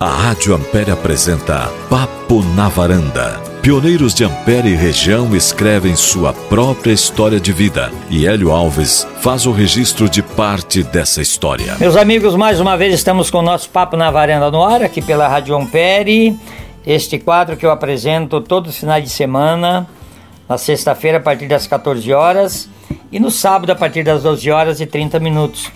A Rádio Ampere apresenta Papo na Varanda. Pioneiros de Ampere e região escrevem sua própria história de vida e Hélio Alves faz o registro de parte dessa história. Meus amigos, mais uma vez estamos com o nosso Papo na Varanda no ar, aqui pela Rádio Ampere. Este quadro que eu apresento todos os finais de semana, na sexta-feira a partir das 14 horas e no sábado a partir das 12 horas e 30 minutos.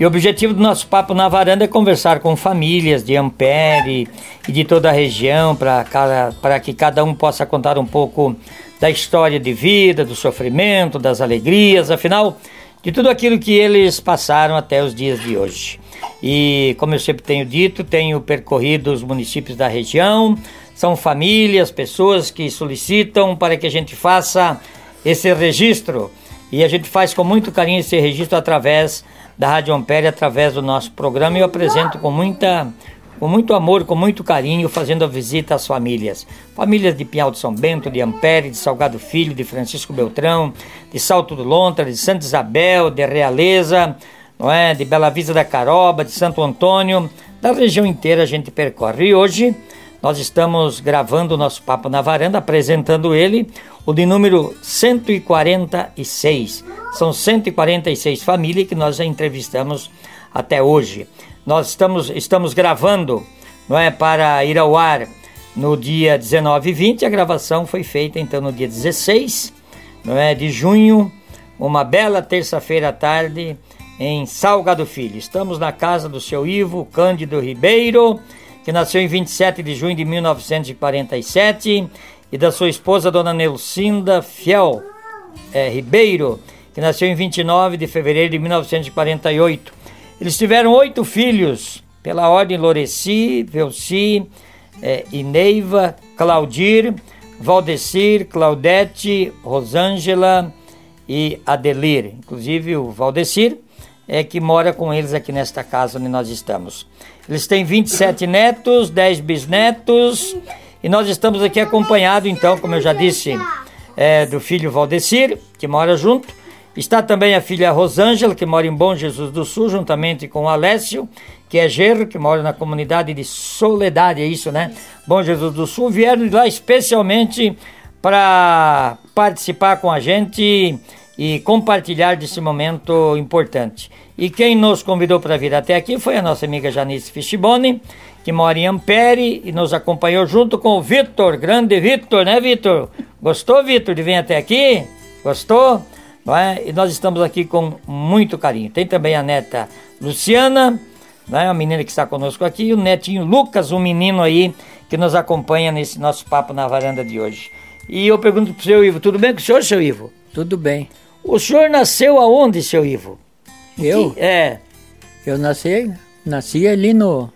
E o objetivo do nosso papo na varanda é conversar com famílias de Ampere e de toda a região para que cada um possa contar um pouco da história de vida, do sofrimento, das alegrias, afinal, de tudo aquilo que eles passaram até os dias de hoje. E como eu sempre tenho dito, tenho percorrido os municípios da região, são famílias, pessoas que solicitam para que a gente faça esse registro. E a gente faz com muito carinho esse registro através da Rádio Ampere através do nosso programa e eu apresento com muita com muito amor, com muito carinho, fazendo a visita às famílias. Famílias de Pinhal de São Bento, de Ampere, de Salgado Filho, de Francisco Beltrão, de Salto do Lontra, de Santa Isabel, de Realeza, não é? de Bela Vista da Caroba, de Santo Antônio, da região inteira a gente percorre. E hoje nós estamos gravando o nosso Papo na Varanda, apresentando ele, o de número 146. São 146 famílias que nós já entrevistamos até hoje. Nós estamos, estamos gravando, não é, para ir ao ar no dia 19 e 20. A gravação foi feita então no dia 16, não é, de junho, uma bela terça-feira à tarde em Salgado Filho. Estamos na casa do seu Ivo Cândido Ribeiro que nasceu em 27 de junho de 1947, e da sua esposa, Dona Nelcinda Fiel é, Ribeiro, que nasceu em 29 de fevereiro de 1948. Eles tiveram oito filhos, pela ordem Loreci, Velci, é, Ineiva, Claudir, Valdecir, Claudete, Rosângela e Adelir. Inclusive o Valdecir é que mora com eles aqui nesta casa onde nós estamos. Eles têm 27 netos, 10 bisnetos, e nós estamos aqui acompanhado, então, como eu já disse, é, do filho Valdecir, que mora junto. Está também a filha Rosângela, que mora em Bom Jesus do Sul, juntamente com o Alessio, que é gerro, que mora na comunidade de Soledade, é isso, né? Bom Jesus do Sul. Vieram de lá especialmente para participar com a gente e compartilhar desse momento importante. E quem nos convidou para vir até aqui foi a nossa amiga Janice Fischboni, que mora em Ampere e nos acompanhou junto com o Vitor, grande Vitor, né, Vitor? Gostou, Vitor, de vir até aqui? Gostou? Não é? E nós estamos aqui com muito carinho. Tem também a neta Luciana, né, a menina que está conosco aqui, e o netinho Lucas, um menino aí que nos acompanha nesse nosso papo na varanda de hoje. E eu pergunto para o seu Ivo, tudo bem com o senhor, seu Ivo? Tudo bem. O senhor nasceu aonde, seu Ivo? Eu? Que- é. Eu nasci, nasci ali no,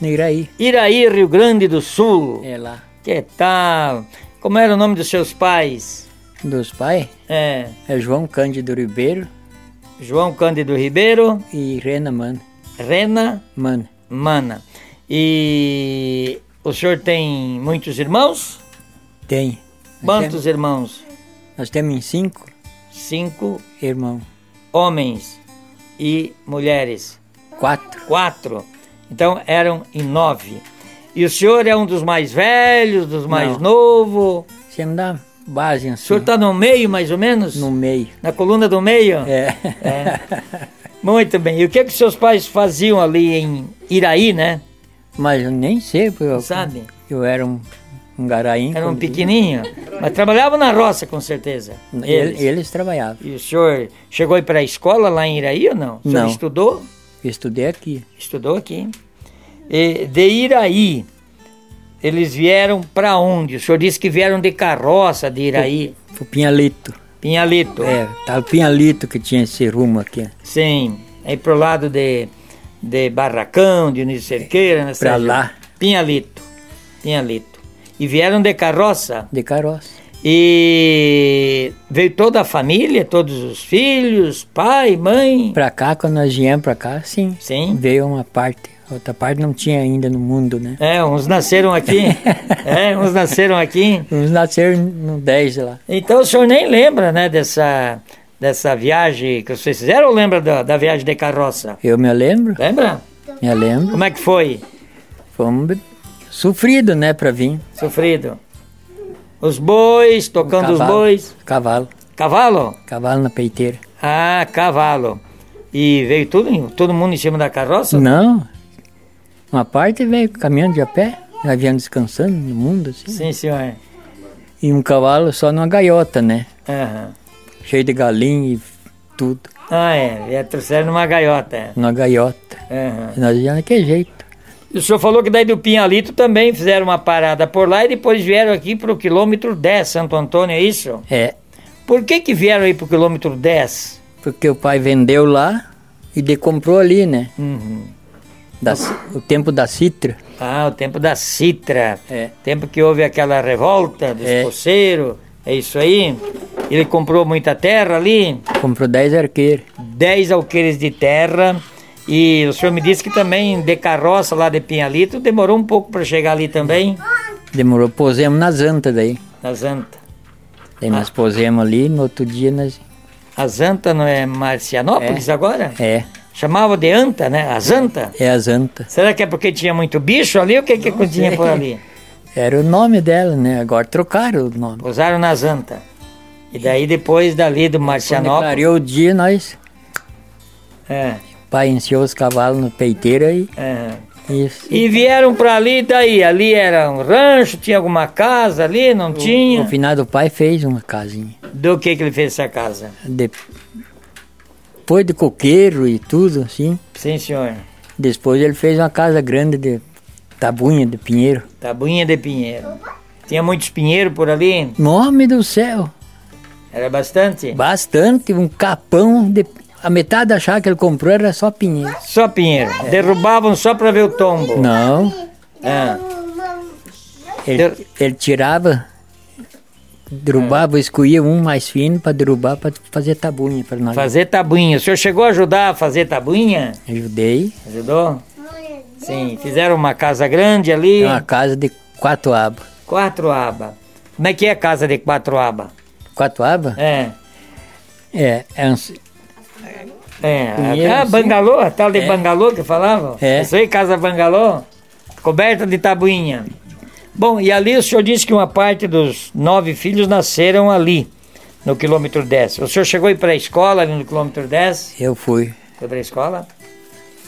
no Iraí. Iraí, Rio Grande do Sul. É lá. Que tal? Como era o nome dos seus pais? Dos pais É. é João Cândido Ribeiro João Cândido Ribeiro, e Rena Mano. Rena Mano. Mana. E o senhor tem muitos irmãos? Tem. Nós Quantos irmãos? temos- Nós temos cinco Cinco irmãos. homens e mulheres. Quatro. Quatro. Então eram em nove. E o senhor é um dos mais velhos, dos mais Não. novos? Você me dá base O assim, senhor está no meio, mais ou menos? no meio. Na coluna do meio? É. Muito bem. E o que que seus pais faziam ali em Iraí, né? Mas eu nem sei, porque eu, Sabe? eu era um, um garaim. Era um quando- pequenininho, mas trabalhavam na roça, com certeza. Eles, Eles. eles trabalhavam. E o senhor chegou a ir para a escola lá em Iraí ou não? O senhor Não. estudou? Eu estudei aqui. Estudou aqui. E de Iraí, eles vieram para onde? O senhor disse que vieram de carroça de Iraí, O Pinhalito. Pinhalito. É, tá o Pinhalito que tinha esse rumo aqui. Sim, aí pro lado de, de Barracão, de Unido Cerqueira, né? É, Pra Sérgio? lá. Pinhalito, Pinhalito. E vieram de carroça De caroça. e veio toda a família, todos os filhos, pai, mãe. Pra cá, quando nós viemos pra cá, sim. Sim. Veio uma parte. Outra parte não tinha ainda no mundo, né? É, uns nasceram aqui. é, uns nasceram aqui. Uns nasceram no 10 lá. Então o senhor nem lembra, né, dessa, dessa viagem que vocês fizeram ou lembra da, da viagem de carroça? Eu me lembro, Lembra? me lembro. Como é que foi? fomos sofrido, né, para vir. Sofrido. Os bois, tocando os Cavalo, bois. Cavalo, Cavalo? cavalo na peiteira. Ah, cavalo. E veio tudo, em- todo mundo em cima da carroça? Não, uma parte veio caminhando de a pé, já vinha descansando no mundo, assim. Sim, senhor. E um cavalo só numa gaiota, né, Aham. cheio de galinha e tudo, Ah, é. é trouxeram numa gaiota. é. numa gaiota. Aham. E nós ia naquele jeito. E O senhor falou que daí do Pinhalito também fizeram uma parada por lá e depois vieram aqui pro quilômetro 10, Santo Antônio, é isso? É, Por que que vieram aí pro quilômetro 10? porque o pai vendeu lá e decomprou ali, né, Uhum. da ci- o tempo da citra. Ah, o tempo da Citra. É. Tempo que houve aquela revolta dos É. poceiros. É isso aí? Ele comprou muita terra ali? Comprou 10 arqueiros. 10 alqueires de terra. E o senhor me disse que também de carroça lá de Pinhalito demorou um pouco para chegar ali também, Demorou, posemos na Zanta daí. na Zanta. Daí nós posemos ali, no outro dia nós. A Zanta não é Marcianópolis agora? É, Chamava de Anta, né? A Zanta. é a Zanta. Será que é porque tinha muito bicho ali ou o que que tinha por ali? Era o nome dela, né? Agora trocaram o nome. Usaram na Zanta. E daí depois dali do Quando Marcianópolis... clareou o dia, nós. É, Pai encheu os cavalos no peiteiro e. é. Isso. E vieram para ali, e daí? Ali era um rancho, tinha alguma casa ali, não No tinha? final do pai fez uma casinha. Do que que ele fez essa casa? De- Depois de coqueiro e tudo, assim. Sim, senhor. Depois ele fez uma casa grande de tabunha, de pinheiro. Tabuinha de Pinheiro. Tinha muitos pinheiros por ali? Nome do céu! Era bastante? Bastante, um capão. De... A metade da chácara que ele comprou era só pinheiro. Só pinheiro. Derrubavam só pra ver o tombo. Não. Ah, Ele, ele tirava, derrubava, escolhia um mais fino para derrubar, para fazer tabunha para nós. fazer tabuinha. O senhor chegou a ajudar a fazer tabuinha? Ajudei. Ajudou? Sim. Fizeram uma casa grande ali. É uma casa de quatro abas. Quatro abas. Como é que é a casa de quatro abas? Quatro abas? É. É. É, uns- É. Pinheiro, ah, sim. bangalô, a tal de É. bangalô que falavam? É. Isso aí, casa bangalô, coberta de tabuinha. Bom, e ali o senhor disse que uma parte dos nove filhos nasceram ali, no quilômetro 10. O senhor chegou a ir para a escola ali no quilômetro 10? eu fui. Foi para a escola?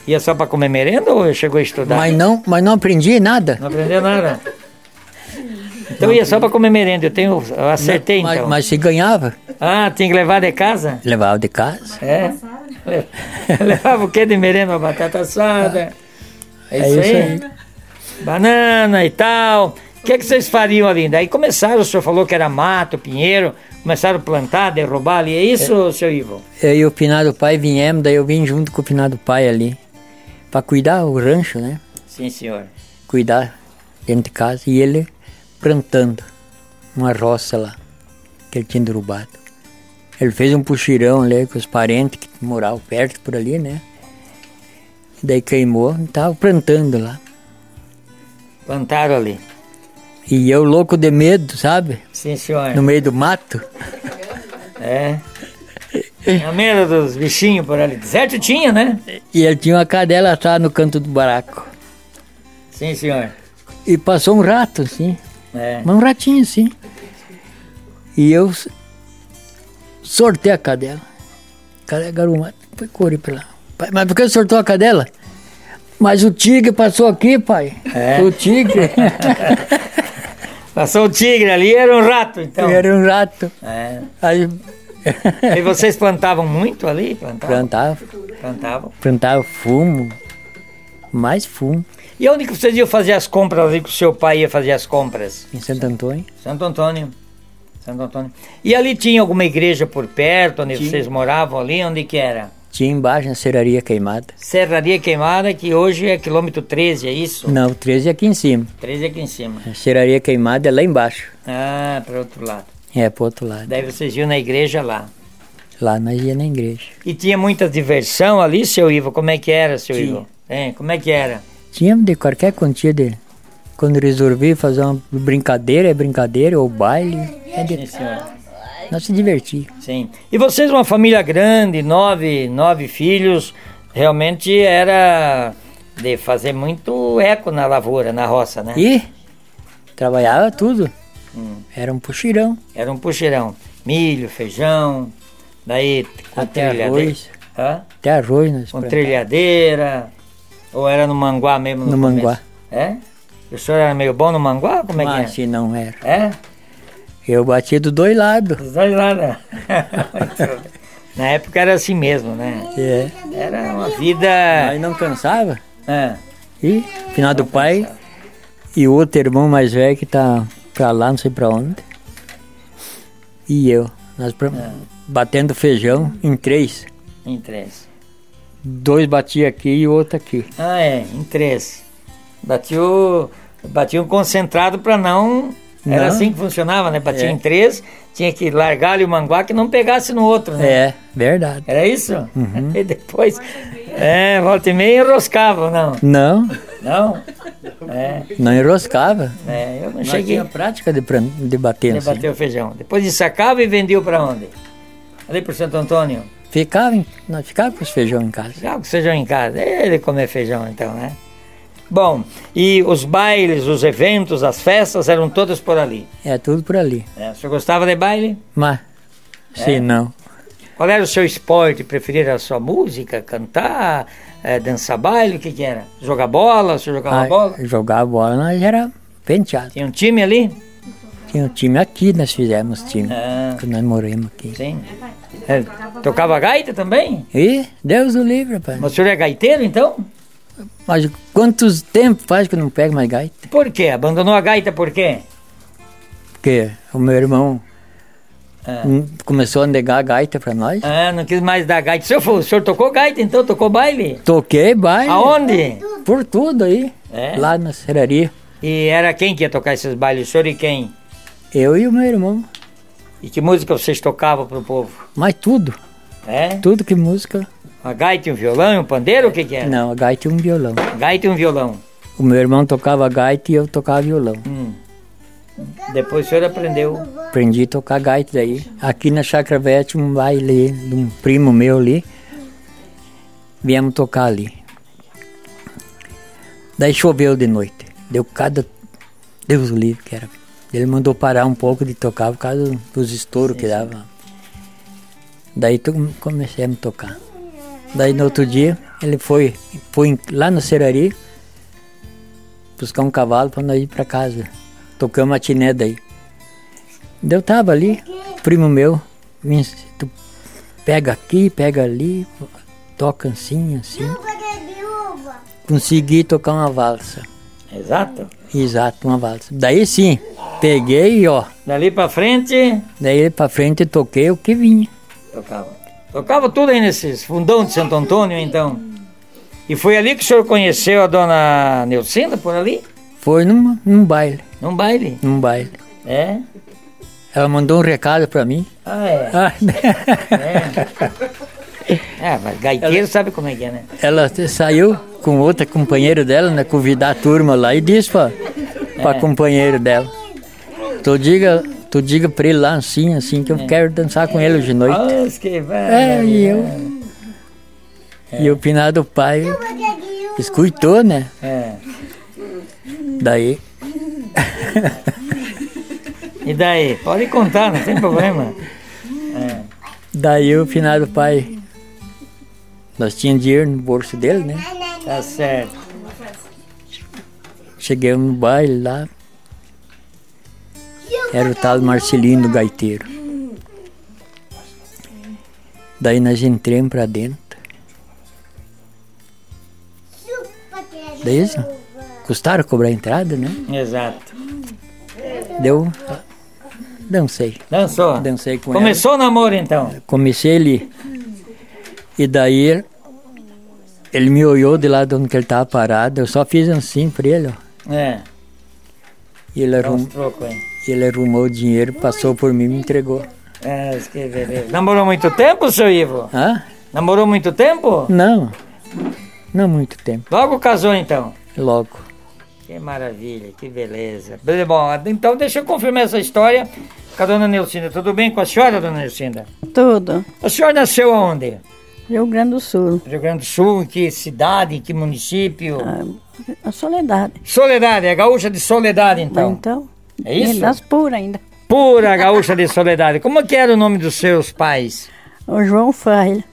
Ia só para comer merenda ou chegou a estudar? Mas não, mas não aprendi nada. Não aprendeu nada? Então ia só para comer merenda, eu, tenho, eu acertei mas, então. mas se ganhava, Ah, tinha que levar de casa? levava de casa. É? Levava o que de merenda? Uma batata assada. É isso, aí. Banana e tal. O que, é que vocês fariam ali? Daí começaram, o senhor falou que era mato, pinheiro, começaram a plantar, derrubar ali. É isso, seu Ivo? Eu e o finado pai viemos, daí eu vim junto com o finado pai ali. Para cuidar o rancho, né? Sim, senhor. cuidar dentro de casa e ele plantando uma roça lá que ele tinha derrubado. Ele fez um puxirão ali com os parentes que moravam perto por ali, né? E daí queimou e tava plantando lá. Plantaram ali. E eu louco de medo, sabe? Sim, senhor. No meio do mato. É. Tinha medo dos bichinhos por ali. Certo tinha, né? E ele tinha uma cadela atrás no canto do baraco. Sim, senhor. E passou um rato, assim. É. Mas um ratinho, assim. E eu s- sortei a cadela. Cadê a garuma? Foi correr pra lá. Pai, mas por que você sortou a cadela? Mas o tigre passou aqui, pai. É? O tigre. Passou o tigre ali, era um rato, então. Era um rato. É. Aí E vocês plantavam muito ali? Plantavam. plantava, Plantavam. plantava fumo. Mais fumo E onde que vocês iam fazer as compras ali que o seu pai ia fazer as compras? em Santo Antônio. Santo Antônio. Santo Antônio. E ali tinha alguma igreja por perto, onde vocês moravam ali? Onde que era? Tinha embaixo na serraria queimada. Serraria Queimada, que hoje é quilômetro 13, é isso? Não, o 13 é aqui em cima. 13 aqui em cima. A serraria queimada é lá embaixo. Ah, para outro lado. É, pro outro lado. Daí vocês iam na igreja lá. Lá nós ia na igreja. E tinha muita diversão ali, seu Ivo? Como é que era, seu Tinha. Ivo? É, como é que era? Tinha de qualquer quantia de. Quando resolvi fazer uma brincadeira, é brincadeira, ou baile, é Sim, de, senhor. nós se divertir. Sim. E vocês, uma família grande, nove, nove filhos, realmente era de fazer muito eco na lavoura, na roça, né? E trabalhava tudo. Hum. Era um puxirão. Era um puxeirão. Milho, feijão, daí com Até trilhadeira. arroz. Hã? Até arroz nós Com plantava. trilhadeira. Ou era no manguá mesmo? No, No começo? manguá. É? O senhor era meio bom no manguá? Como é que Mas se não era. era? É? Eu bati dos dois lados. Os dois lá, né? Muito bem. Na época era assim mesmo, né? É. Era uma vida. Aí não cansava. Ah, E final do pai e outro irmão mais velho que tá pra lá, não sei pra onde. E eu. Nós pra- É. batendo feijão em três. em três. Dois batia aqui e outro aqui. Ah, é, em três. Batia o, batia o concentrado para não. Era Não. assim que funcionava, né? Batia É. em três, tinha que largar ali o manguá que não pegasse no outro, né? É, Uhum. verdade. Era isso? E depois. É, volta e meia enroscava, não. Não, Não? É, não enroscava. é, eu não Nós cheguei. tinha prática de, pran- de bater Ele assim. bateu o feijão. Depois sacava e vendia para onde? Ali pro Santo Antônio. Ficava, em- nós ficava com os feijão em casa. Já que feijão em casa. É Ele comer feijão então, né? Bom, e os bailes, os eventos, as festas eram todas por ali. É tudo por ali. Né? O senhor gostava de baile? Mas, se não, Qual era o seu esporte? Preferir a sua música, cantar, eh, dançar baile? O que, que era? Jogar bola? O senhor jogava a- bola? jogar a bola nós era penteado. Tinha um time ali? Tinha um time aqui, nós fizemos time. Ah, Que nós moramos aqui. sim. É, tocava gaita também? E Deus o livre, rapaz. Mas o senhor é gaiteiro então? Mas quantos tempo faz que eu não pego mais gaita? Por quê? Abandonou a gaita por quê? Porque o meu irmão Ah. hum, começou a negar a gaita pra nós. Ah, não quis mais dar gaita. O senhor, foi- o senhor tocou gaita então? Tocou baile? Toquei baile Aonde? por tudo aí, É? lá na serraria. E era quem que ia tocar esses bailes? O senhor e quem? Eu e o meu irmão, E que música vocês tocavam pro povo? mas tudo, É? tudo que música. Uma gaita e um violão e um pandeiro? O que que era? Não, a gaita e um violão. Gaita e um violão. O meu irmão tocava gaita e eu tocava violão. Hum. Depois o senhor aprendeu. Aprendi a tocar gaita daí. Aqui na Chácara Velha tinha um baile de um primo meu ali. Viemos tocar ali. Daí choveu de noite. Deu cada. Deus o livre que era. Ele mandou parar um pouco de tocar por causa dos estouros que dava. Daí tu- comecemos a tocar. Daí no outro dia ele foi, foi em- lá no Cerari buscar um cavalo para nós ir para casa. Tocamos a tiné daí. Daí Eu tava ali, primo meu, me ensi- tu pega aqui, pega ali, toca assim, assim. Consegui tocar uma valsa. Exato. Exato, uma valsa. Daí sim, peguei e ó. Dali pra frente, Daí pra frente toquei o que vinha. tocava. Tocava tudo aí nesses fundão de Santo Antônio, então. E foi ali que o senhor conheceu a dona Neucinda, por ali? Foi numa, num baile, Num baile? num baile. É? Ela mandou um recado pra mim. Ah, é. Ah, É, mas gaiteiro sabe como é que é, né? Ela te- saiu com outra companheira dela, né? Convidar a turma lá e disse pra, pra companheiro dela. Tu diga, tu diga pra ele lá assim, assim, que eu quero dançar com ele hoje à noite. Nossa, que vai. É, e eu. E o pinado pai escutou, né? É. Daí, E daí? Pode contar, não tem problema. É. daí o pinado pai. Nós tínhamos dinheiro no bolso dele, né? Tá certo. Chegamos no baile lá. Era o tal Marcelino Gaiteiro. Daí nós entramos pra dentro. Daí eles custaram cobrar a entrada, né? Exato. Deu. Dancei. Dançou. Dancei com ela. Começou o namoro então. Comecei ali. E daí ele me olhou de lá de onde que ele tava parado. Eu só fiz assim pra ele, ó. É. E ele, Dá uns arrum, trocos, hein? ele arrumou o dinheiro, passou por mim e me entregou. É, isso que beleza. Namorou muito tempo, seu Ivo? Hã? Namorou muito tempo? Não. Não muito tempo. Logo casou então. Logo. Que maravilha, que beleza. Beleza, Bom, então deixa eu confirmar essa história com a dona Neucinda. Tudo bem com a senhora, dona Neucinda? Tudo. A senhora nasceu aonde? Rio Grande do Sul. Rio Grande do Sul, em que cidade, em que município? A Soledade. Soledade, é gaúcha de Soledade, Então, então. então É isso? Das puras ainda. Pura gaúcha de Soledade. Como que era o nome dos seus pais? O João Faile.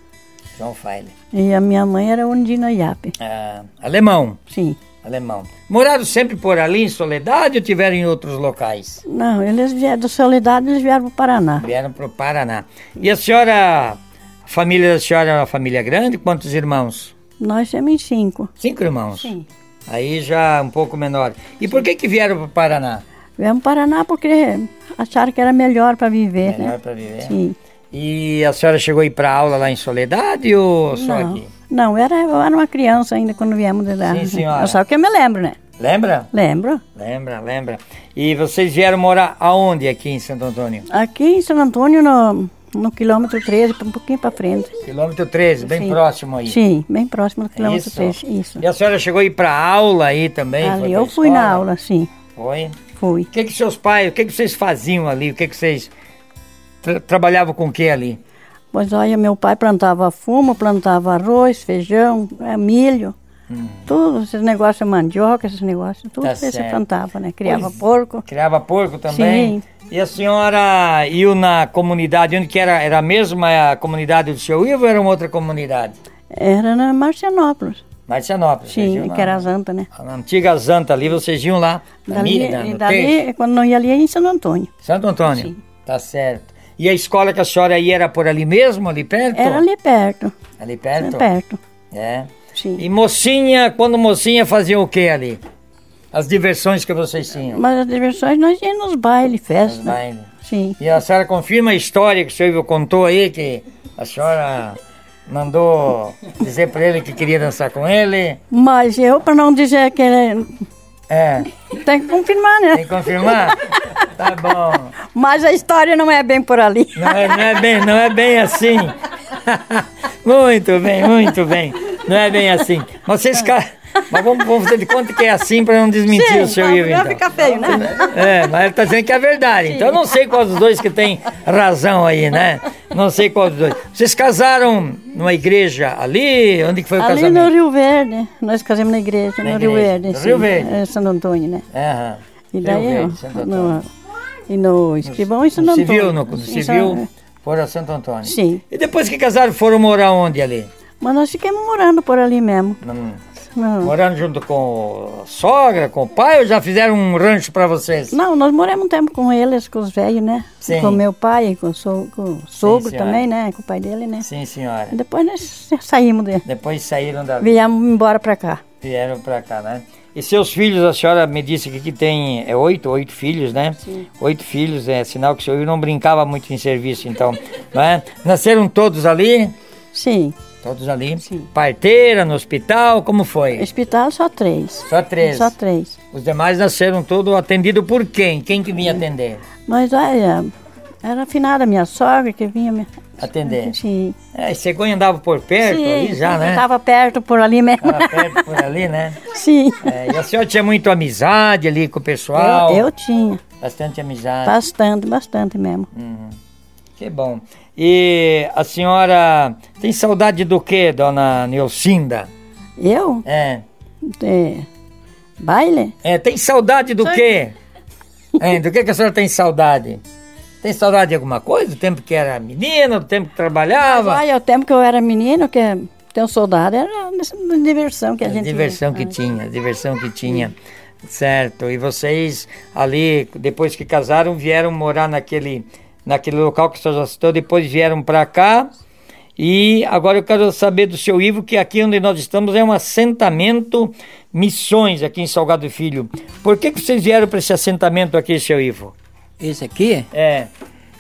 João Feile. E a minha mãe era um Undina Iape. Ah, alemão, Sim. alemão. Moraram sempre por ali, em Soledade, ou tiveram em outros locais? Não, eles vieram da Soledade, eles vieram para o Paraná. Vieram para o Paraná. E a senhora, a família da senhora é uma família grande? Quantos irmãos? Nós temos em cinco. Cinco irmãos. Sim. Aí já um pouco menor. E por que que vieram para o Paraná? Viemos para o Paraná porque acharam que era melhor para viver, Melhor né? para viver. Sim. E a senhora chegou a ir para aula lá em Soledade ou só aqui? Não, era, eu era uma criança ainda quando viemos de lá. Sim, senhora. Eu Só que eu me lembro, né? Lembra? Lembro. Lembra, lembra. E vocês vieram morar aonde aqui em Santo Antônio? Aqui em São Antônio, no, no quilômetro 13, um pouquinho para frente. Quilômetro 13, bem Sim. próximo aí. Sim, bem próximo do É quilômetro isso? 13. Isso. E a senhora chegou a ir para aula aí também? foi Ali pra eu fui escola? na aula, sim. Foi. Fui. O que que seus pais, o que que vocês faziam ali? O que que vocês tra- trabalhavam com o que ali? Pois olha, meu pai plantava fumo, plantava arroz, feijão, eh, milho, tudo, esses negócios, mandioca, esses negócios, tudo Hum. Tá isso certo. plantava, né? Criava Pois. porco. Criava porco também? Sim. E a senhora iu na comunidade, onde que era? Era a mesma comunidade do seu Ivo ou era uma outra comunidade? Era na Marcianópolis, Marcianópolis. vocês iam sim, lá, que era né? Zanta, né? Na antiga Zanta ali, vocês iam lá. Na Mira, e no Teixe. dali, quando não ia ali, ia em Santo Antônio. Santo Antônio. Sim. Tá certo. E a escola que a senhora ia era por ali mesmo, ali perto? Era ali perto, Ali perto? ali perto, É. sim. E mocinha, quando mocinha fazia o que ali? As diversões que vocês tinham? Mas as diversões nós íamos nos bailes, Os festa, bailes. sim. E a senhora confirma a história que o senhor Ivo contou aí, que a senhora mandou dizer pra ele que queria dançar com ele? Mas eu, para não dizer que... era- É, Tem que confirmar, tem que né? confirmar? Tá bom. Mas a história não é bem por ali. Não é, não é bem, não é bem assim. muito bem, muito bem. Não é bem assim. Mas vocês ca- Mas vamos, vamos fazer de conta que é assim para não desmentir o seu pra Ivo, não então. ficar feio, né? É, mas ele tá dizendo que é verdade. Então eu não sei qual dos dois que tem razão aí, né? Não sei qual dos dois. Vocês casaram numa igreja ali? Onde que foi o Ali no casamento? Rio Verde, nós casamos na igreja, Na no Rio igreja, Verde, no sim, Rio Verde. é, Santo Antônio, né? Aham. E daí Rio eu, Verde, Santo no, Antônio. e no escrivão em Santo No Antônio. civil, no, no Em civil, São- foram a Santo Antônio. Sim, E depois que casaram, foram morar onde ali? mas nós ficamos morando por ali mesmo. Num- Não, Morando junto com a sogra, com o pai, ou já fizeram um rancho pra vocês? Não, nós moramos um tempo com eles, com os velhos, né? Sim. Com meu pai, com o, so, com o sogro senhora. também, né? Com o pai dele, né? Sim, senhora. Depois nós saímos de... Depois saíram da Viemos embora pra cá. vieram pra cá, né? E seus filhos, a senhora me disse que aqui tem é, oito, oito filhos, né? Sim. Oito filhos, é sinal que o senhor não brincava muito em serviço, então, né? Nasceram todos ali? Sim, Todos ali. Sim. Parteira, no hospital, como foi? hospital só três. Só três. Só três. Os demais nasceram todos atendidos por quem? Quem que vinha atender? Mas olha, era afinada minha sogra que vinha me Atender. Sim. É, e cegonha andava por perto ali já, né? Estava perto por ali mesmo. Tava perto por ali, né? Sim. É, e a senhora tinha muito amizade ali com o pessoal? Eu, eu tinha. Bastante amizade. Bastante, bastante mesmo. Hum. Que bom. E a senhora tem saudade do que, dona Nilcinda? Eu? É. É, baile? É, tem saudade do quê? É, do que, que a senhora tem saudade? Tem saudade de alguma coisa? Do tempo que era menina, do tempo que trabalhava? Olha, o tempo que eu era menino, que tem um soldado, era uma diversão que a A gente. Ah, diversão que tinha, a diversão que tinha. Certo. E vocês ali, depois que casaram, vieram morar naquele, naquele local que o senhor já citou, depois vieram pra cá. E agora eu quero saber do seu Ivo que aqui onde nós estamos é um assentamento Missões aqui em Salgado Filho. Por que, que vocês vieram para esse assentamento aqui, seu Ivo? Esse aqui É,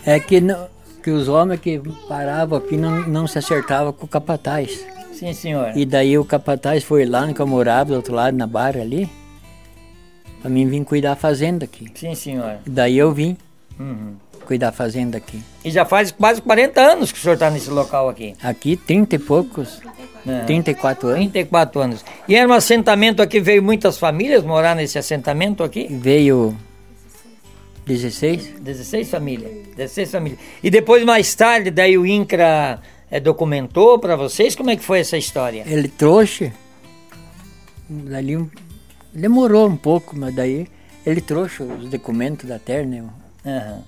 é que, não- que os homens que paravam aqui não, não se acertavam com o capataz. sim senhor. E daí o capataz foi lá no que eu morava, do outro lado, na barra ali, pra mim vir cuidar da fazenda aqui. Sim senhor. E daí eu vim Uhum. cuidar da fazenda aqui. E já faz quase 40 anos que o senhor está nesse local aqui. Aqui, 30 e poucos, né? 34 anos, 34 anos. E era um assentamento aqui, veio muitas famílias morar nesse assentamento aqui? veio 16, 16 famílias. 16 famílias. E depois, mais tarde, daí o INCRA é, documentou para vocês? Como é que foi essa história? Ele trouxe, dali um- demorou um pouco, mas daí ele trouxe os documentos da terra, né? Aham.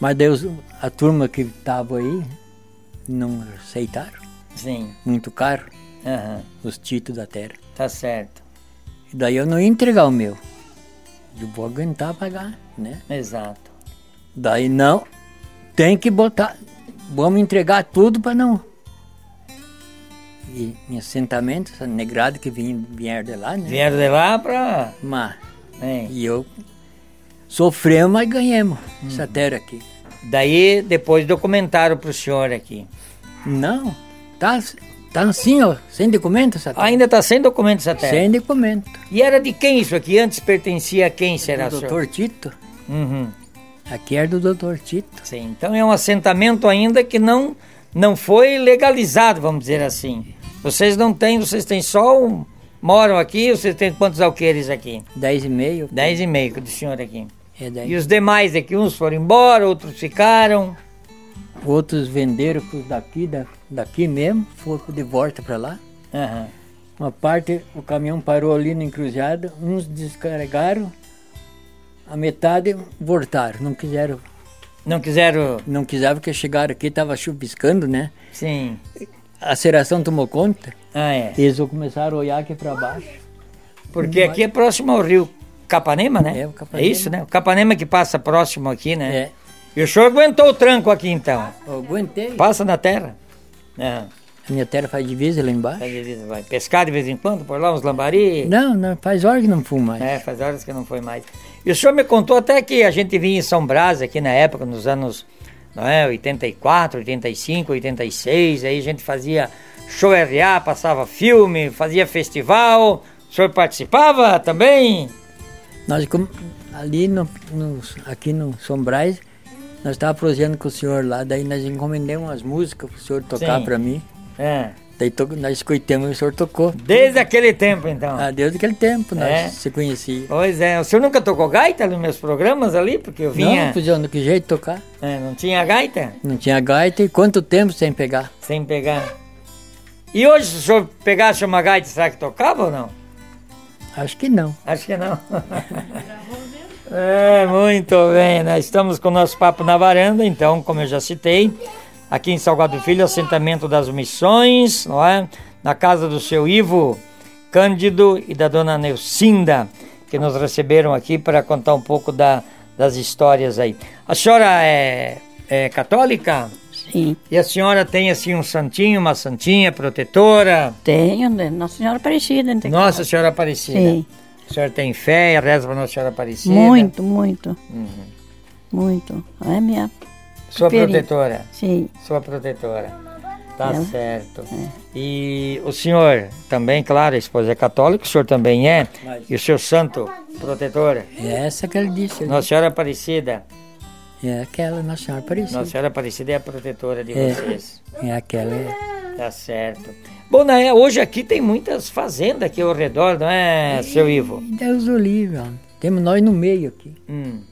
Mas daí os- a turma que estava aí não aceitaram, Sim, muito caro, aham, os títulos da terra. tá certo. E daí eu não ia entregar o meu. Eu vou aguentar pagar, né? Exato. Daí não, tem que botar, vamos entregar tudo para não. E em assentamento, essa negrada que vinha, vieram de lá, né? Vieram de lá pra. Mas, Bem, e eu sofremos, mas ganhamos essa terra aqui. daí depois documentaram pro senhor aqui. Não, tá, tá assim, ó, sem documento essa terra. Ainda tá sem documentos até. Sem documento. E era de quem isso aqui? Antes pertencia a quem, será, do senhor? doutor Tito, Uhum. aqui era do doutor Tito. Sim, então é um assentamento ainda que não não foi legalizado, vamos dizer assim. Vocês não têm, vocês têm só um, moram aqui, vocês têm quantos alqueires aqui? Dez e meio. Dez e meio que o senhor aqui. É dez. E os demais aqui, uns foram embora, outros ficaram. Outros venderam pros daqui, da, daqui mesmo, foram de volta para lá. Aham. Uma parte, o caminhão parou ali na encruzilhada, uns descarregaram, a metade voltaram. Não quiseram, Não quiseram. não quiseram porque chegaram aqui, tava chupiscando, né? Sim. A seração tomou conta, Ah, é. eles começaram a olhar aqui para baixo. Porque aqui é próximo ao rio Capanema, né? É, o Capanema. É isso, né? O Capanema que passa próximo aqui, né? É, E o senhor aguentou o tranco aqui então? eu aguentei. Passa na terra? É. Aham. A minha terra faz divisa lá embaixo. Às vezes Vai pescar de vez em quando, por lá uns lambari. Não, não, faz hora que não fumo mais. É, faz horas que não foi mais. E o senhor me contou até que a gente vinha em São Brás aqui na época, nos anos não é, 84, 85, 86, aí a gente fazia show RA, passava filme, fazia festival. O senhor participava também? Nós com- ali no, no- aqui no São Brás, nós estávamos prosseando com o senhor lá, daí nós encomendamos umas músicas para o senhor tocar Sim. para mim. É, Daí to, nós escutamos e o senhor tocou. desde aquele tempo então. Ah, desde aquele tempo nós É? se conhecia. Pois é, o senhor nunca tocou gaita nos meus programas ali? Porque eu vinha. Não, fuzil, que jeito tocar? É, não tinha gaita? Não tinha gaita e quanto tempo sem pegar? Sem pegar. E hoje, se o senhor pegasse uma gaita, será que tocava ou não? Acho que não. Acho que não. é, muito bem. Nós estamos com o nosso papo na varanda, então, como eu já citei, aqui em Salgado Filho, assentamento das missões, não é? Na casa do seu Ivo Cândido e da dona Neucinda, que nos receberam aqui para contar um pouco da- das histórias aí. A senhora é, é católica? Ah, Sim, E a senhora tem assim um santinho, uma santinha protetora? tenho, né? Nossa Senhora Aparecida. né? Nossa Senhora Aparecida. Sim. A senhora tem fé, reza para Nossa Senhora Aparecida. Muito, muito. Uhum. Muito. É minha, Sua Perito. protetora. sim. Sua protetora. Tá É. certo. E o senhor também, claro, a esposa é católica, o senhor também é. E o seu santo protetor, É essa que ele disse. ali. Nossa Senhora Aparecida. É aquela Nossa Senhora Aparecida. Nossa Senhora Aparecida é a protetora de É. vocês. É aquela. é. Tá certo. Bom, né, hoje aqui tem muitas fazendas aqui ao redor, não é, seu Ivo? E Deus o livre, ó. Temos nós no meio aqui. Hum.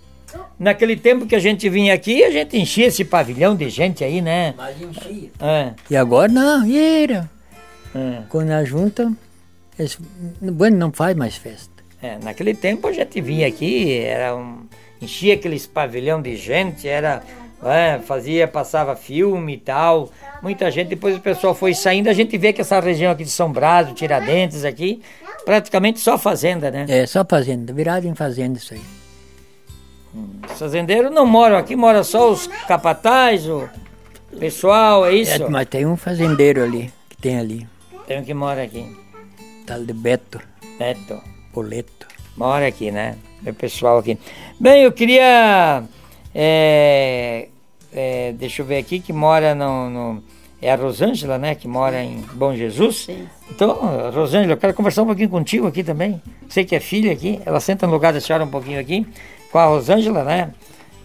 Naquele tempo que a gente vinha aqui, a gente enchia esse pavilhão de gente aí, né? Mas enchia. É, E agora não, ira. é. Quando nós junta, eles, bueno, não faz mais festa. É, naquele tempo a gente vinha aqui, era um, enchia aqueles pavilhão de gente, era é, fazia, passava filme e tal, muita gente, depois o pessoal foi saindo, a gente vê que essa região aqui de São Brás, do Tiradentes aqui, praticamente só fazenda, né? É só fazenda, virado em fazenda isso aí. Os fazendeiros não moram aqui, moram só os capatazes, o pessoal, é É, isso? mas tem um fazendeiro ali, que tem ali, Tem um que mora aqui, tal de Beto Neto. Poleto. mora aqui, né? Meu pessoal aqui. Bem, eu queria. é, é, deixa eu ver aqui, que mora no, no- É a Rosângela, né? Que mora em Bom Jesus. Então, Rosângela, eu quero conversar um pouquinho contigo aqui também. Sei que é filha aqui. Ela senta no lugar da senhora um pouquinho aqui, com a Rosângela, né?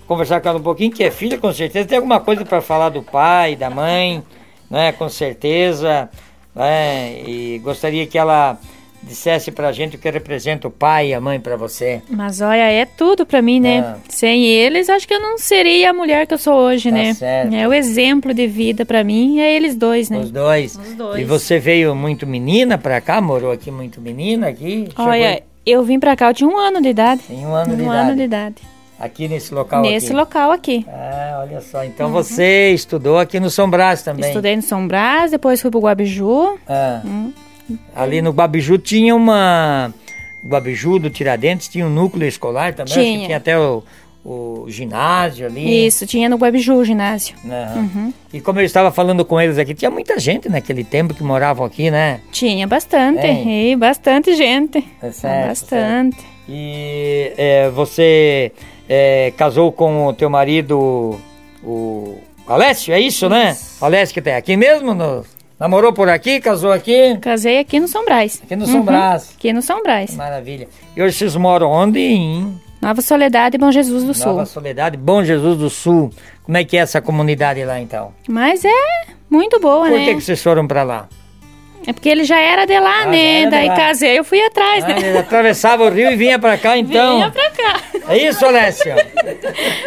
Conversar com ela um pouquinho, que é filha, com certeza. Tem alguma coisa para falar do pai, da mãe, né? Com certeza. Né? E gostaria que ela dissesse pra gente o que representa o pai e a mãe pra você. Mas olha, é tudo pra mim, né? É. Sem eles, acho que eu não seria a mulher que eu sou hoje, Tá né? certo. É o exemplo de vida pra mim, é eles dois, né? Os dois. Os dois. E você veio muito menina pra cá, morou aqui muito menina aqui? Chegou Olha, eu vim pra cá, eu tinha um ano de idade. Tem um ano de um idade. ano de idade. Aqui nesse local Nesse aqui. local aqui. Ah, olha só. Então você estudou aqui no São Brás também. Estudei no São Brás, depois fui pro Guabiju. Ah. Hum. Ali no Guabiju tinha uma... Guabiju do Tiradentes tinha um núcleo escolar também. acho que Tinha. tinha até o, o ginásio ali. Isso, tinha no Guabiju o ginásio. Uhum. Aham. E como eu estava falando com eles aqui, tinha muita gente naquele tempo que moravam aqui, né? Tinha bastante, Tem. e bastante gente. É certo, bastante. E é, você é, casou com o teu marido, o Alessio, é isso, né? Alessio que tem aqui mesmo? no- namorou por aqui, casou aqui? Casei aqui no São Brás. Uhum. Aqui no São Brás. Aqui no São Brás. Maravilha. E hoje vocês moram onde? Em Nova Soledade e Bom Jesus do Nova Sul. Soledade, Bom Jesus do Sul. Como é que é essa comunidade lá então? Mas é muito boa, Por né? que, que vocês foram pra lá? É porque ele já era de lá, Ah, já né? era de Daí lá. casei, eu fui atrás, Ah, né? eles atravessavam o rio e vinha pra cá então. Vinha pra cá. É isso, Alessio?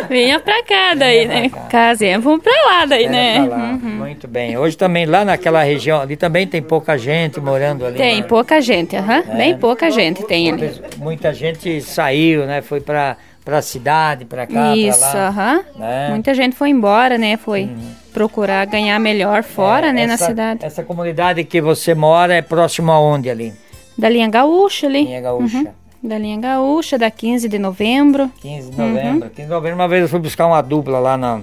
Vinha pra cá, daí, né? Casei, vamos pra lá, daí, Era né? pra lá. Muito bem. Hoje também, lá naquela região ali, também tem pouca gente morando ali. Tem né? pouca gente, aham. É. Bem pouca gente tem ali. Muita gente saiu, né? Foi pra, pra cidade, pra cá, Isso, pra lá. aham. né? Uhum. Muita gente foi embora, né? Foi procurar ganhar melhor fora, né? na Essa- cidade. Essa comunidade que você mora é próximo aonde ali? Da linha gaúcha ali. Uhum. Linha Gaúcha. Da linha gaúcha, da 15 de novembro. 15 de Uhum. novembro. 15 de novembro, uma vez eu fui buscar uma dupla lá na,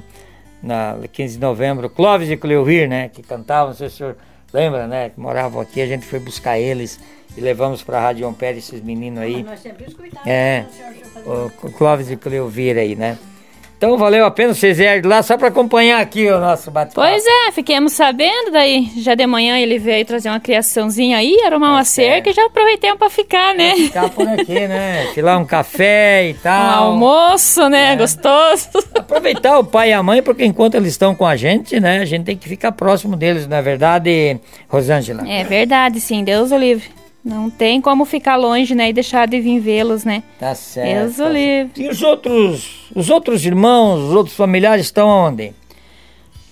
na 15 de novembro, Clóvis e Cleovir, né? Que cantavam, não sei se o senhor lembra, né? Que moravam aqui, a gente foi buscar eles e levamos pra Rádio Ampere esses meninos aí. Ah, Nós sempre escutávamos. né, É, o Clóvis e Cleovir aí, né? Então valeu a pena vocês irem lá só pra acompanhar aqui o nosso bate-papo. Pois é, fiquemos sabendo, daí já de manhã ele veio trazer uma criaçãozinha aí, arrumar uma cerca e já aproveitei pra ficar, né? Tá Ficar Tá por aqui, né? Filar um café e Um tal. almoço, É. né? Gostoso. Aproveitar o pai e a mãe, porque enquanto eles estão com a gente, né? A gente tem que ficar próximo deles, na verdade, Rosângela. É verdade, sim, Deus o livre. Não tem como ficar longe, né? E deixar de vir vê-los, né? Tá certo. Deus o livre. E os outros, os outros irmãos, os outros familiares estão onde?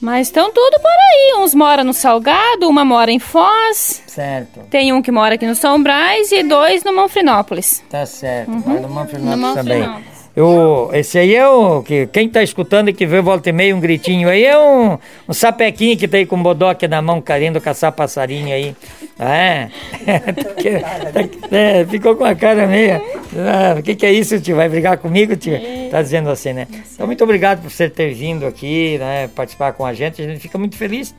Mas estão tudo por aí. Uns moram no Salgado, uma mora em Foz, Certo, tem um que mora aqui no São Brás e dois no Monfrinópolis. tá certo. Mas no Manfrinópolis Uhum. No também. Manfrinópolis. Eu, esse aí é o que quem tá escutando e que vê volta e meia um gritinho aí é um, um sapequinho que tá aí com um bodoque na mão querendo caçar passarinho aí. É. É, ficou com a cara meia. O que, que é isso, tio? Vai brigar comigo, tio? É. Tá dizendo assim, né? Então, muito obrigado por você ter vindo aqui, né? Participar com a gente. A gente fica muito feliz,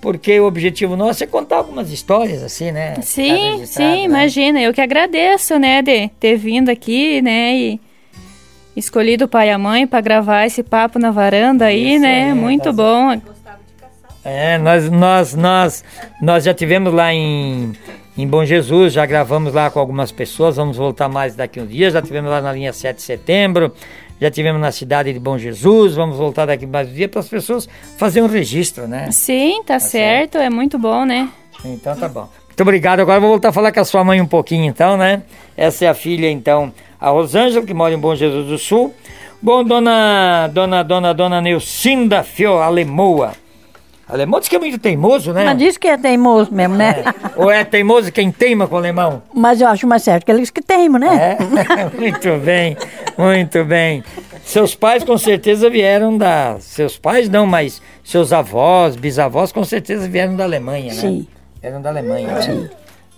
porque o objetivo nosso é contar algumas histórias, assim, né? Ficar Sim, registrado, sim, né? imagina. Eu que agradeço, né, de ter vindo aqui, né, e escolhido o pai e a mãe pra gravar esse papo na varanda aí, Isso né? aí, Muito tá bom. É, nós, nós, nós, nós já tivemos lá em, em Bom Jesus, já gravamos lá com algumas pessoas, vamos voltar mais daqui uns dias, já tivemos lá na linha 7 de setembro, já tivemos na cidade de Bom Jesus, vamos voltar daqui mais um dia para as pessoas fazerem um registro, né? Sim, tá certo, é muito bom, né? Então tá bom. Muito obrigado. Agora eu vou voltar a falar com a sua mãe um pouquinho, então, né? Essa é a filha, então, a Rosângela, que mora em Bom Jesus do Sul. Bom, dona, dona, dona, dona Neucinda Fio, Alemoa. Alemoa diz que é muito teimoso, né? Mas diz que é teimoso mesmo, né? Ou é teimoso quem teima com o alemão? Mas eu acho mais certo que ele diz que teimo, É? né? muito bem, muito bem. Seus pais com certeza vieram da. Seus pais não, mas seus avós, bisavós com certeza vieram da Alemanha, né? Sim. Vieram da Alemanha, né?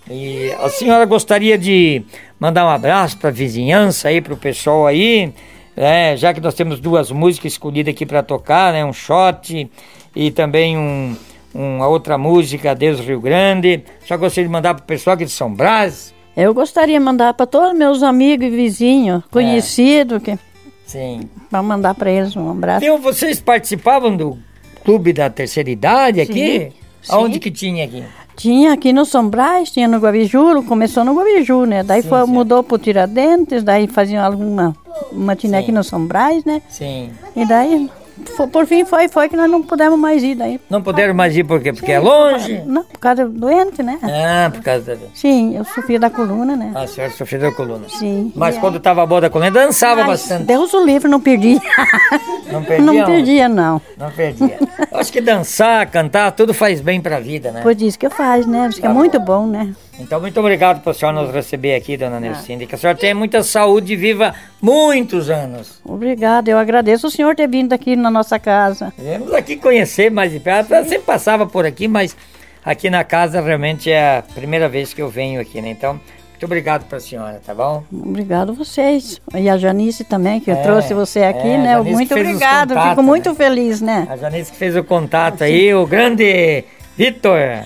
E a senhora gostaria de mandar um abraço para a vizinhança aí, para o pessoal aí, né? Já que nós temos duas músicas escolhidas aqui para tocar, né? Um shot e também um, uma outra música, Deus Rio Grande. Só gostaria de mandar para o pessoal aqui de São Brás. Eu gostaria de mandar para todos meus amigos e vizinhos, É. conhecidos, que Sim. para mandar para eles um abraço. Então, vocês participavam do clube da terceira idade aqui? sim. Aonde que tinha aqui? Tinha aqui no São Brás, tinha no Guabiju, começou no Guabiju, né? Daí foi, mudou para Tiradentes, daí faziam alguma matinê aqui no São Brás, né? Sim. E daí fo- por fim foi, foi que nós não pudemos mais ir daí. Não puderam mais ir por quê? Porque é longe? Não, por causa do doente, né? Ah, por causa da... ah, Sim, eu sofria da coluna, né? A senhora sofreu da coluna. Sim. Mas quando estava boa da coluna, dançava bastante. Deus o livre, não perdia. Não perdia Não onde? perdia, não. Não perdia. Eu acho que dançar, cantar, tudo faz bem pra vida, né? Pois isso que faz, né? Tá Isso que é muito bom, né? Então, muito obrigado por a senhora nos receber aqui, Ah. dona Nelcinde. Que a senhora tenha muita saúde e viva muitos anos. Obrigada, eu agradeço o senhor ter vindo aqui na nossa casa. Viemos aqui conhecer mais de perto. Ela sempre passava por aqui, mas aqui na casa realmente é a primeira vez que eu venho aqui, né? Então, muito obrigado pra senhora, tá bom? Obrigado a vocês. E a Janice também, que eu É, trouxe você aqui, é, a né? Janice muito fez os obrigado, contatos, fico muito né? feliz, né? A Janice que fez o contato aí, o grande Vitor. É.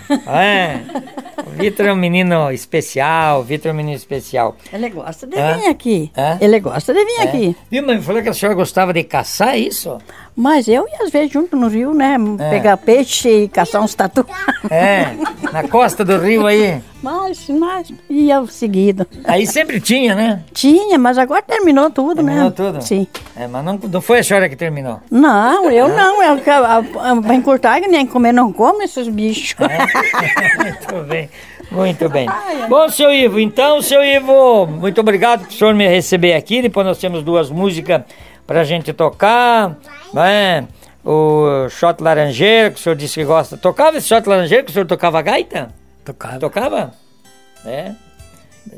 O Vitor é um menino especial, o Vitor é um menino especial. Ele gosta de É. vir aqui. É. Ele gosta de vir aqui. Viu, mãe? Falou que a senhora gostava de caçar é isso? Mas eu ia às vezes junto no rio, né? Pegar peixe e caçar uns tatu. É, na costa do rio aí. Mas, mas ia seguido. Aí sempre tinha, né? Tinha, mas agora terminou tudo, Terminou né? tudo? Sim. É, mas não, não foi a senhora que terminou. Não, eu não. Eu, eu, eu, pra encurtar, que nem comer não como esses bichos. É. muito bem, muito bem. Bom, seu Ivo, então, seu Ivo, muito obrigado por o senhor me receber aqui. Depois nós temos duas músicas pra gente tocar, né? O shot laranjeiro, que o senhor disse que gosta. Tocava esse shot laranjeiro que o senhor tocava gaita? Tocava. Tocava? É.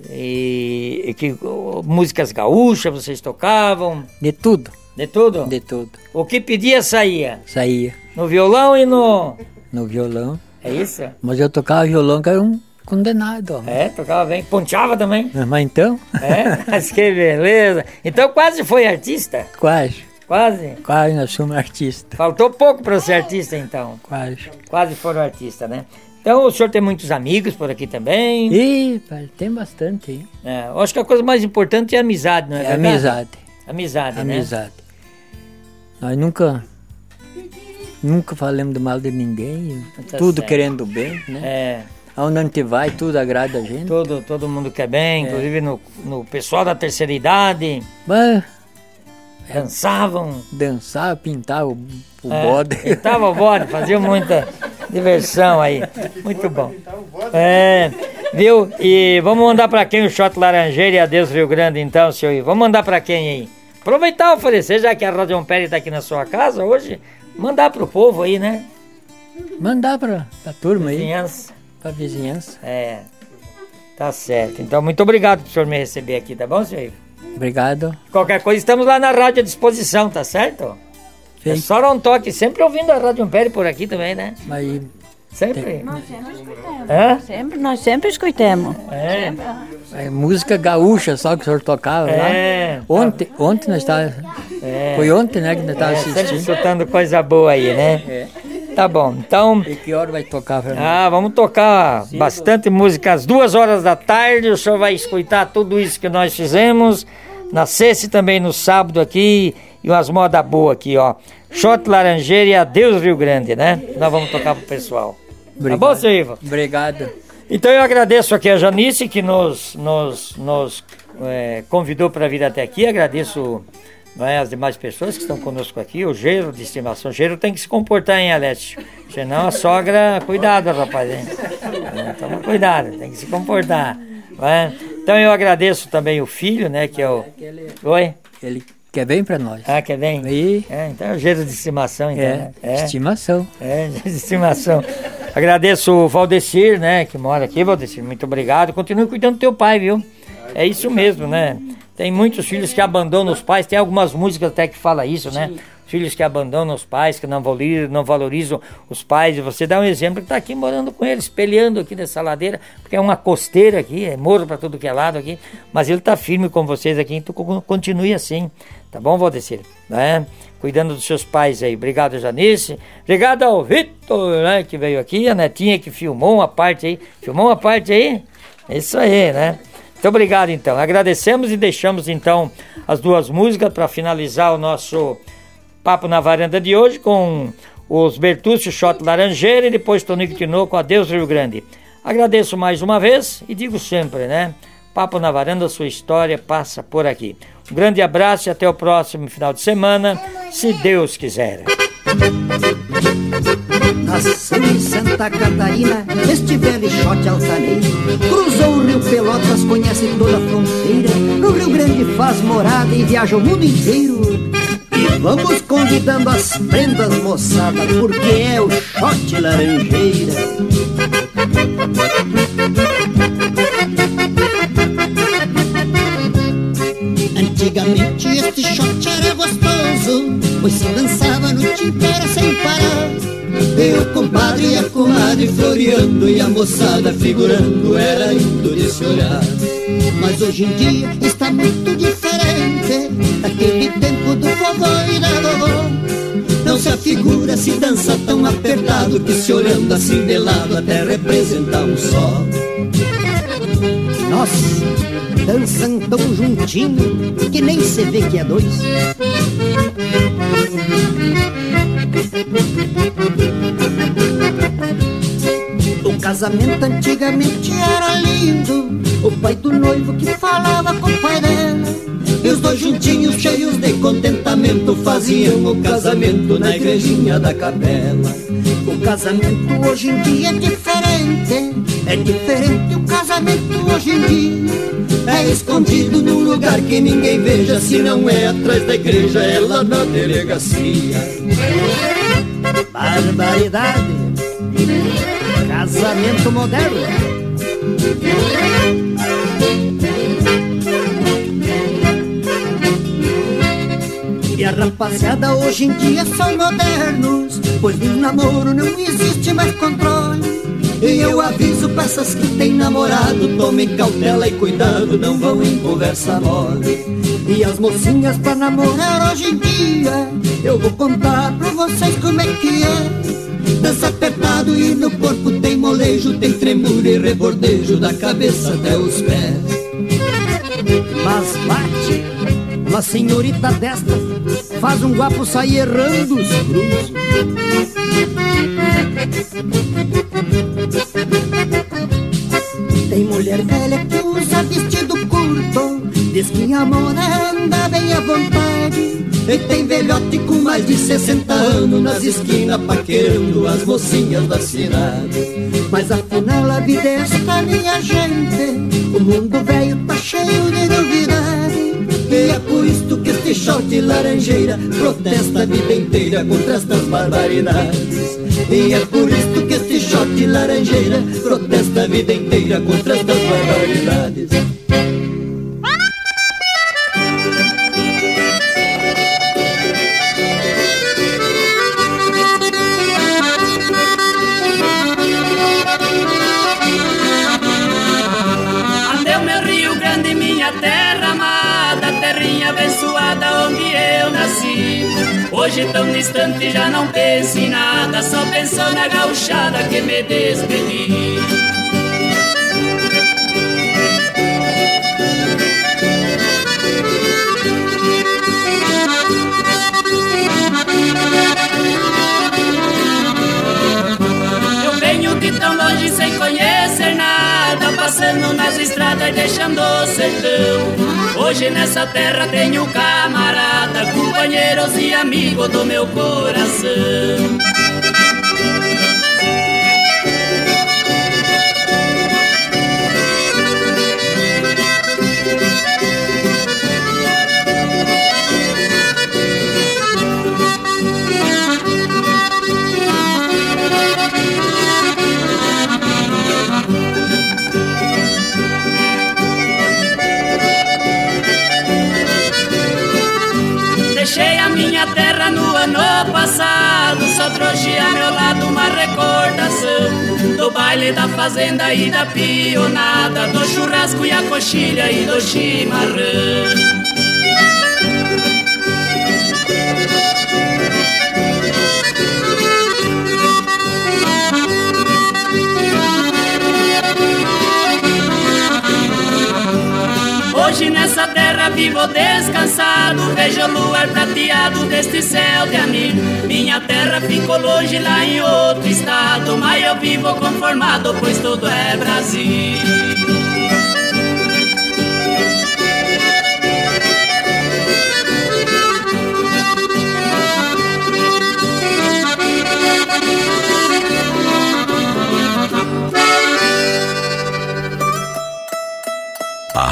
E, e que ô, músicas gaúchas vocês tocavam, De tudo. de tudo? De tudo. O que pedia saía, Saía no violão e no... no violão. É isso? Mas eu tocava violão que era um condenado. ó. É, tocava bem, ponteava também. Mas então, É, mas que beleza. Então quase foi artista? quase. Quase? Quase nós somos artista. Faltou pouco para ser artista, então. Quase. Quase foram artista, né? Então o senhor tem muitos amigos por aqui também. Ih, pai, tem bastante, hein? É, eu acho que a coisa mais importante é a amizade, não é, É verdade? amizade. Amizade, né? Amizade. Nós nunca. Nunca falamos do mal de ninguém. Tá tudo certo. querendo bem, né? É, Aonde a gente vai, tudo agrada a gente. todo, todo mundo quer bem, inclusive no, no pessoal da terceira idade, Mas dançavam. dançar, pintar o, o É, bode. Pintava o bode, fazia muita diversão aí. Muito bom. É, viu? E vamos mandar pra quem o shot laranjeira e adeus Rio Grande então, seu Ivo. Vamos mandar pra quem aí? Aproveitar e oferecer, já que a Rádio Ampere tá aqui na sua casa hoje, mandar pro povo aí, né? Mandar pra, pra turma aí, Criança. pra vizinhança. É. Tá certo. Então, muito obrigado por senhor me receber aqui, tá bom, seu Ivo? Obrigado. Qualquer coisa, estamos lá na rádio à disposição, tá certo? É Feito. só dar um toque, sempre ouvindo a Rádio Ampere por aqui também, né? Mas Sempre? Hã? Sempre, nós sempre escutamos. É, é música gaúcha só que o senhor tocava É. lá. Ontem, ontem nós estávamos. Foi ontem, né, que nós é, estávamos sempre assistindo. escutando coisa boa aí, né? Tá bom, então. E que hora vai tocar, Fernando? Ah, vamos tocar bastante música às duas horas da tarde. O senhor vai escutar tudo isso que nós fizemos. Na sexta e também no sábado aqui. E umas modas boas aqui, ó. Shot Laranjeira e Adeus Rio Grande, né? Nós vamos tocar pro pessoal. Obrigado. Tá bom, seu Ivo? Obrigado. Então eu agradeço aqui a Janice que nos, nos, nos eh, convidou para vir até aqui. Agradeço não é, as demais pessoas que estão conosco aqui. O Gero de estimação. O Gero tem que se comportar, hein, Alessio? Senão a sogra. Cuidado, rapaz, hein? É, Toma cuidado, tem que se comportar. não é? Então eu agradeço também o filho, né? Que é o. Oi? Ele quer bem pra nós. Ah, quer bem? E É, então é o Gero de estimação, então. é, né? É. estimação. É, de estimação. Agradeço o Valdecir, né, que mora aqui. Valdecir, muito obrigado. Continue cuidando do teu pai, viu? É isso mesmo, né? Tem muitos filhos que abandonam os pais. Tem algumas músicas até que fala isso, né? Filhos que abandonam os pais, que não valorizam, não valorizam os pais. E você dá um exemplo que está aqui morando com ele, espelhando aqui nessa ladeira, porque é uma costeira aqui, é morro para tudo que é lado aqui. Mas ele está firme com vocês aqui, então co- continue assim, tá bom, Valdecir? Né? cuidando dos seus pais aí. Obrigado, Janice. Obrigado ao Vitor, né, que veio aqui, a netinha que filmou uma parte aí. Filmou uma parte aí? É Isso aí, né? Muito obrigado, então. Agradecemos e deixamos, então, as duas músicas para finalizar o nosso Papo na Varanda de hoje com os Bertucci Shot Laranjeira e depois Tonico Tinoco. Adeus, Rio Grande. Agradeço mais uma vez e digo sempre, né? Papo na Varanda, sua história passa por aqui. Um grande abraço e até o próximo final de semana, se Deus quiser. Nasceu em Santa Catarina, este velho shot alçaneiro Cruzou o rio Pelotas, conhece toda a fronteira No Rio Grande faz morada e viaja o mundo inteiro E vamos convidando as prendas, moçada Porque é o shot laranjeira Antigamente este shot era gostoso, pois se dançava no Tibera sem parar. E o compadre e a comadre floreando e a moçada figurando era lindo de se olhar. Mas hoje em dia está muito diferente daquele tempo do vovô e da vovó. Não se afigura se dança tão apertado que se olhando assim de lado até representa um só. Nós dançam tão juntinho que nem se vê que é dois. O casamento antigamente era lindo. O pai do noivo que falava com o pai dela. E os dois juntinhos cheios de contentamento faziam o casamento na igrejinha da capela. O casamento hoje em dia é diferente. É diferente o casamento hoje em dia. É escondido num lugar que ninguém veja. Se não é atrás da igreja, é lá na delegacia. Barbaridade. Casamento moderno. E a rapaziada hoje em dia são modernos, pois no namoro não existe mais controle. E eu aviso pra essas que têm namorado, tome cautela e cuidado, não vão em conversa mole. E as mocinhas pra namorar hoje em dia, eu vou contar pra vocês como é que é. Dança apertado e no corpo tem molejo, tem tremor e rebordejo da cabeça até os pés. Mas bate, uma senhorita desta faz um guapo sair errando os cruzos. Tem mulher velha que usa vestido curto Diz que a moda anda bem à vontade E tem velhote com mais de 60 anos Nas esquinas paquerando as mocinhas da cidade Mas afinal a vida é esta, minha gente O mundo velho tá cheio de novidade E é por isto que este short laranjeira Protesta a vida inteira contra estas barbaridades E é por isto que este short laranjeira Protesta a vida inteira contra estas barbaridades Andeu meu Rio Grande, minha terra amada, terrinha abençoada onde eu nasci. Hoje tão distante já não penso em nada, só penso na gauchada que me despedi. Eu venho de tão longe sem conhecer nada, passando nas estradas e deixando o sertão. Hoje nessa terra tenho camarada, companheiros e amigo do meu coração. Deixei a minha terra no ano passado Só trouxe a meu lado uma recordação Do baile da fazenda e da pionada Do churrasco e a coxilha e do chimarrão Hoje nessa terra vivo descansado Vejo o luar prateado deste céu de amigo Minha terra ficou longe lá em outro estado Mas eu vivo conformado, pois tudo é Brasil A